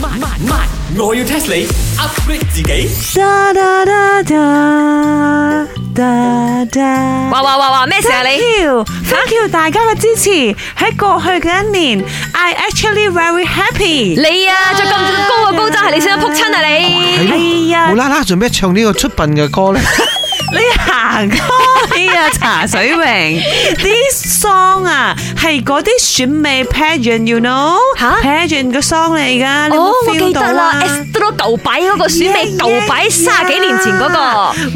慢慢慢，我要 test 你 upgrade 自己。 Da da da da da da。哇哇哇哇，咩事啊你？ you，thank you 大家嘅支持。喺過去嘅一年，I actually very happy。你啊，着咁高嘅高踭鞋，你先得撲親啊你！係啊無，啦啦做咩唱呢個出殯嘅歌 咧？你行開啊，茶水榮。啲 song à, 啊，係嗰啲選美 pageant，you know？吓 pageant 嘅 song 嚟㗎，你有哦，冇我記 feel 到得啦啊？ ，Estro 舊擺嗰個選美舊擺卅幾年前嗰個。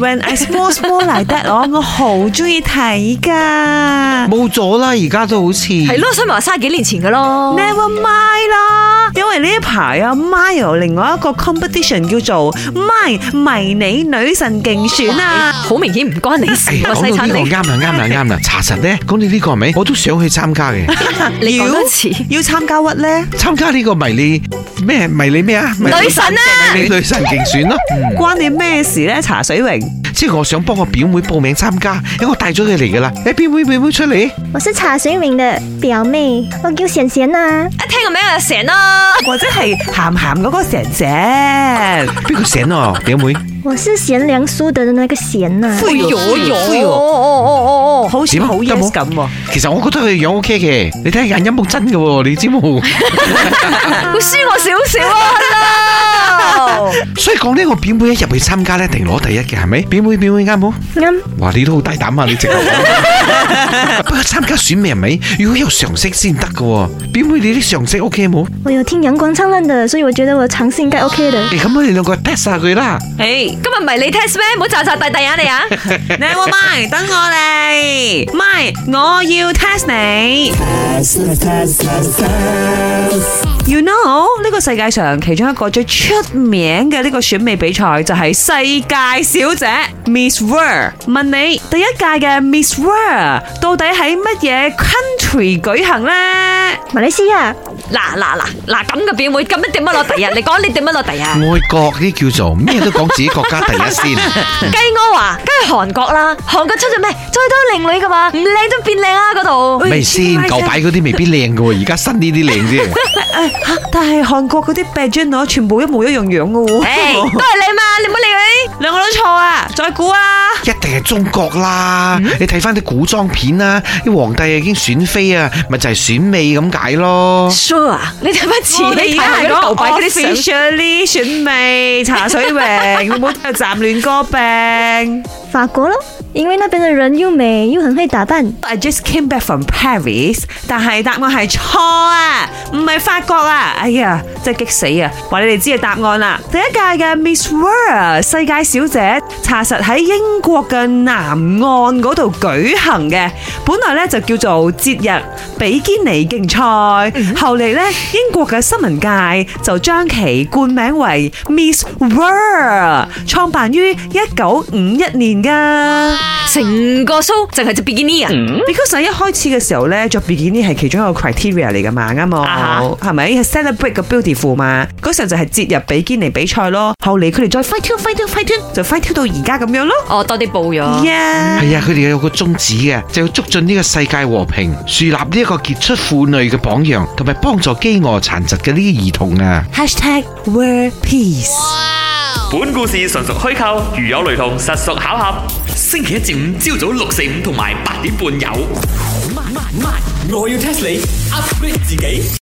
When I small small like that，我我哦好中意睇哦噶。冇咗啦，而家都好似係咯，所以咪話卅幾年前嘅咯。 Never mind 啦，因為呢一排啊，My 有另外一個 competition 叫做 My 迷你女神競選啊。好明顯唔關你事喎，講西哎到餐呢個你啱啦，啱啦，啱啦！查實咧，講到呢個係咪？我都想去參加嘅， 你講多次要參加屈咧，參加呢個迷你咩？迷你咩啊？迷你女神啊！迷你女神競選咯，嗯關你咩事咧？茶水榮，即係我想幫我表妹報名參加，因為我帶咗佢嚟噶啦。你表妹表妹出嚟，我是茶水明的表妹，我叫璇璇啊。一聽個名就成啦。或者係鹹鹹嗰個成成，哎邊個醒啊？表妹我是賢良淑德的那个啊賢呐、哎呦哎哦呦哦哦哦哦，好似點啊好得冇 yes 咁喎。其實我覺得佢樣 OK 嘅，你睇下眼音冇真嘅喎，你 知冇？佢輸我少少啊，hello。所以講呢，我表妹一入去參加咧，一定攞第一嘅，係咪？表妹表妹啱冇？啱、哇！你都好大膽啊！你直頭不過參加選美係咪？如果有常識先得嘅喎。表妹你啲常識 OK 冇？我有听阳光灿烂的，所以我觉得我尝试应该 OK 的。誒咁我哋兩個 test 下佢啦。誒今日唔係你 test 咩？唔好詐詐大大眼你啊！ ，Never mind，等我嚟，My 我要 test 你。You know 呢個世界上其中一個最出名嘅呢個選美比賽就係世界小姐 Miss World。問你第一屆嘅 Miss World 到底喺乜嘢 country 舉行呢？啊马来西亚，嗱嗱嗱嗱咁嘅表妹，咁樣點樣攞第一？你講你點樣攞第一？外國啲叫做咩都講自己國家第一先。雞我話梗係韓國啦，韓國出咗咩？最多靚女噶嘛，唔靚都變靚啊嗰度。咪先，舊擺嗰啲未必靚嘅喎，而家新呢啲靚啫。嚇但係韓國嗰啲 b a g e n 全部一模一樣樣嘅喎。誒，都係你嘛，你唔好理佢。兩個都錯啊！再估啊！一定係中國啦！你睇翻啲古裝片啦，啲皇帝已經選妃啊，咪就係選美咁解咯。 Sure 啊，你睇翻慈我哋禧而太后家係嗰啲講舊擺嗰啲相， officially 選美茶水榮， 你唔好又站亂歌柄。法国咯，因为那边的人又美又很会打扮。 I just came back from Paris，但係答案係錯啊，唔係法國啊！哎呀，真係激死啊！話你哋知嘅答案啦，第一屆嘅 Miss World 世界小姐查實喺英國嘅南岸嗰度舉行嘅，本來咧就叫做節日比堅尼競賽，後嚟咧英國嘅新聞界就將其冠名為 Miss World，創辦於一九五一年噶。成個 show 淨係隻 bikini 啊！ because 喺一開始嘅時候咧，着 bikini 係其中一個 criteria 嚟噶嘛，啱啊冇？係咪係 celebrate 個 beautiful 嘛？嗰時候就係節日比堅尼比賽咯，後嚟佢哋再 fight to fight to fight to 就 fight to 到而家咁樣咯。哦，多啲報咗。 Yeah，係啊，佢哋有個宗旨嘅，就要促進呢個世界和平，樹立呢一個傑出婦女嘅榜樣，同埋幫助飢餓殘疾嘅呢啲兒童啊。 World peace。本故事純屬虛構，如有雷同，實屬巧合。星期一至五朝早六四五同埋八點半有。我要 test 你 upgrade 自己。